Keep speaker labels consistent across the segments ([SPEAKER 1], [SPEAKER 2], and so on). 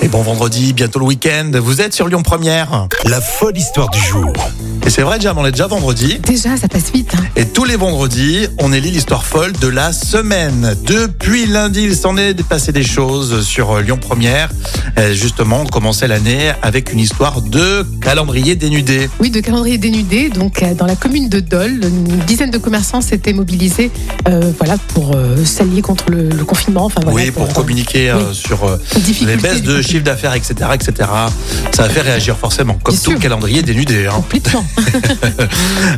[SPEAKER 1] Et bon vendredi, bientôt le week-end. Vous êtes sur Lyon Première.
[SPEAKER 2] La folle histoire du jour.
[SPEAKER 1] Et c'est vrai, Jam, on est déjà vendredi.
[SPEAKER 3] Déjà, ça passe vite. hein.
[SPEAKER 1] Et tous les vendredis, on élit l'histoire folle de la semaine. Depuis lundi, il s'en est passé des choses sur euh, Lyon Première. Euh, Justement, on commençait l'année avec une histoire de calendrier dénudé.
[SPEAKER 3] Oui, de calendrier dénudé. Donc, euh, dans la commune de Dole, une dizaine de commerçants s'étaient mobilisés euh, voilà, pour euh, s'allier contre le, le confinement. Enfin, voilà,
[SPEAKER 1] oui, pour communiquer euh, sur euh, les baisses de chiffre d'affaires, etc., etc. Ça a fait réagir forcément, comme
[SPEAKER 3] Bien
[SPEAKER 1] tout
[SPEAKER 3] sûr.
[SPEAKER 1] calendrier dénudé. hein.
[SPEAKER 3] Complètement.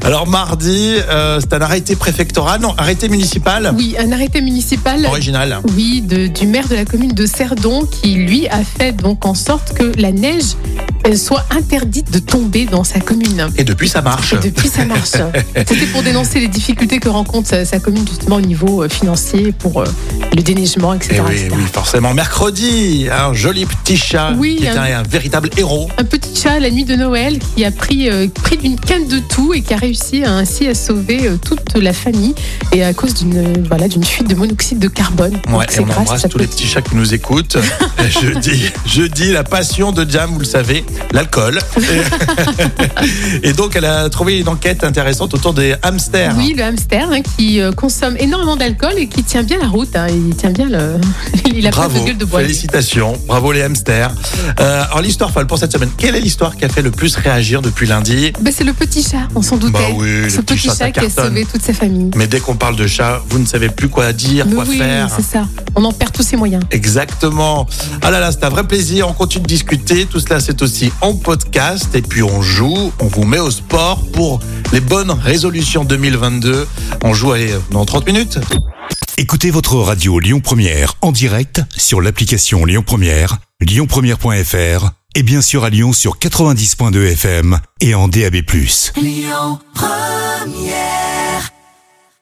[SPEAKER 1] Alors mardi, euh, c'est un arrêté préfectoral, non, arrêté municipal.
[SPEAKER 3] oui, un arrêté municipal.
[SPEAKER 1] Original.
[SPEAKER 3] Oui, de- du maire de la commune de Cerdon qui, lui, a fait donc en sorte que la neige elle, soit interdite de tomber dans sa commune.
[SPEAKER 1] Et depuis, ça marche.
[SPEAKER 3] Et depuis, ça marche. C'était pour dénoncer les difficultés que rencontre sa, sa commune, justement, au niveau euh, financier, pour euh, le déneigement, etc.
[SPEAKER 1] Et Eh oui,
[SPEAKER 3] etc.
[SPEAKER 1] oui, forcément. Mercredi, un joli petit chat
[SPEAKER 3] Oui, hein.
[SPEAKER 1] qui est
[SPEAKER 3] un-
[SPEAKER 1] un, un véritable héros.
[SPEAKER 3] Un petit chat, la nuit de Noël, qui a pris, euh, pris d'une canne de tout et qui a réussi à- ainsi à sauver euh, toute la famille et à cause d'une euh, voilà, d'une fuite de monoxyde de carbone.
[SPEAKER 1] Ouais,
[SPEAKER 3] Donc,
[SPEAKER 1] et
[SPEAKER 3] c'est
[SPEAKER 1] on
[SPEAKER 3] grâce à
[SPEAKER 1] embrasse
[SPEAKER 3] sa
[SPEAKER 1] tous les
[SPEAKER 3] petite-
[SPEAKER 1] petits chats qui nous écoutent. jeudi, jeudi, la passion de Jam, vous le savez, l'alcool. Et... et donc, elle a trouvé une enquête intéressante autour des hamsters.
[SPEAKER 3] Oui, le hamster hein, qui euh, consomme énormément d'alcool et qui tient bien la route. hein. il tient bien le. Il a
[SPEAKER 1] Bravo,
[SPEAKER 3] pas de gueule de bois. lui.
[SPEAKER 1] félicitations, bravo les hamsters. Euh, alors l'histoire folle pour cette semaine, quelle est l'histoire qui a fait le plus réagir depuis lundi
[SPEAKER 3] Bah, c'est le petit chat, on s'en doutait.
[SPEAKER 1] Bah oui,
[SPEAKER 3] Ce
[SPEAKER 1] le petit
[SPEAKER 3] petit
[SPEAKER 1] chat, ça
[SPEAKER 3] chat qui a
[SPEAKER 1] cartonne.
[SPEAKER 3] sauvé toute sa famille.
[SPEAKER 1] Mais dès qu'on parle de chat, vous ne savez plus quoi dire,
[SPEAKER 3] Mais
[SPEAKER 1] quoi
[SPEAKER 3] oui,
[SPEAKER 1] faire.
[SPEAKER 3] c'est ça. On en perd tous ses moyens.
[SPEAKER 1] Exactement. Ah là là, c'est un vrai plaisir. On continue de discuter. Tout cela, c'est aussi en podcast. Et puis, on joue. On vous met au sport pour les bonnes résolutions 2022. On joue allez, dans 30 minutes.
[SPEAKER 2] Écoutez votre radio Lyon Première en direct sur l'application Lyon Première, lyonpremière.fr et bien sûr à Lyon sur 90.2 FM et en DAB+.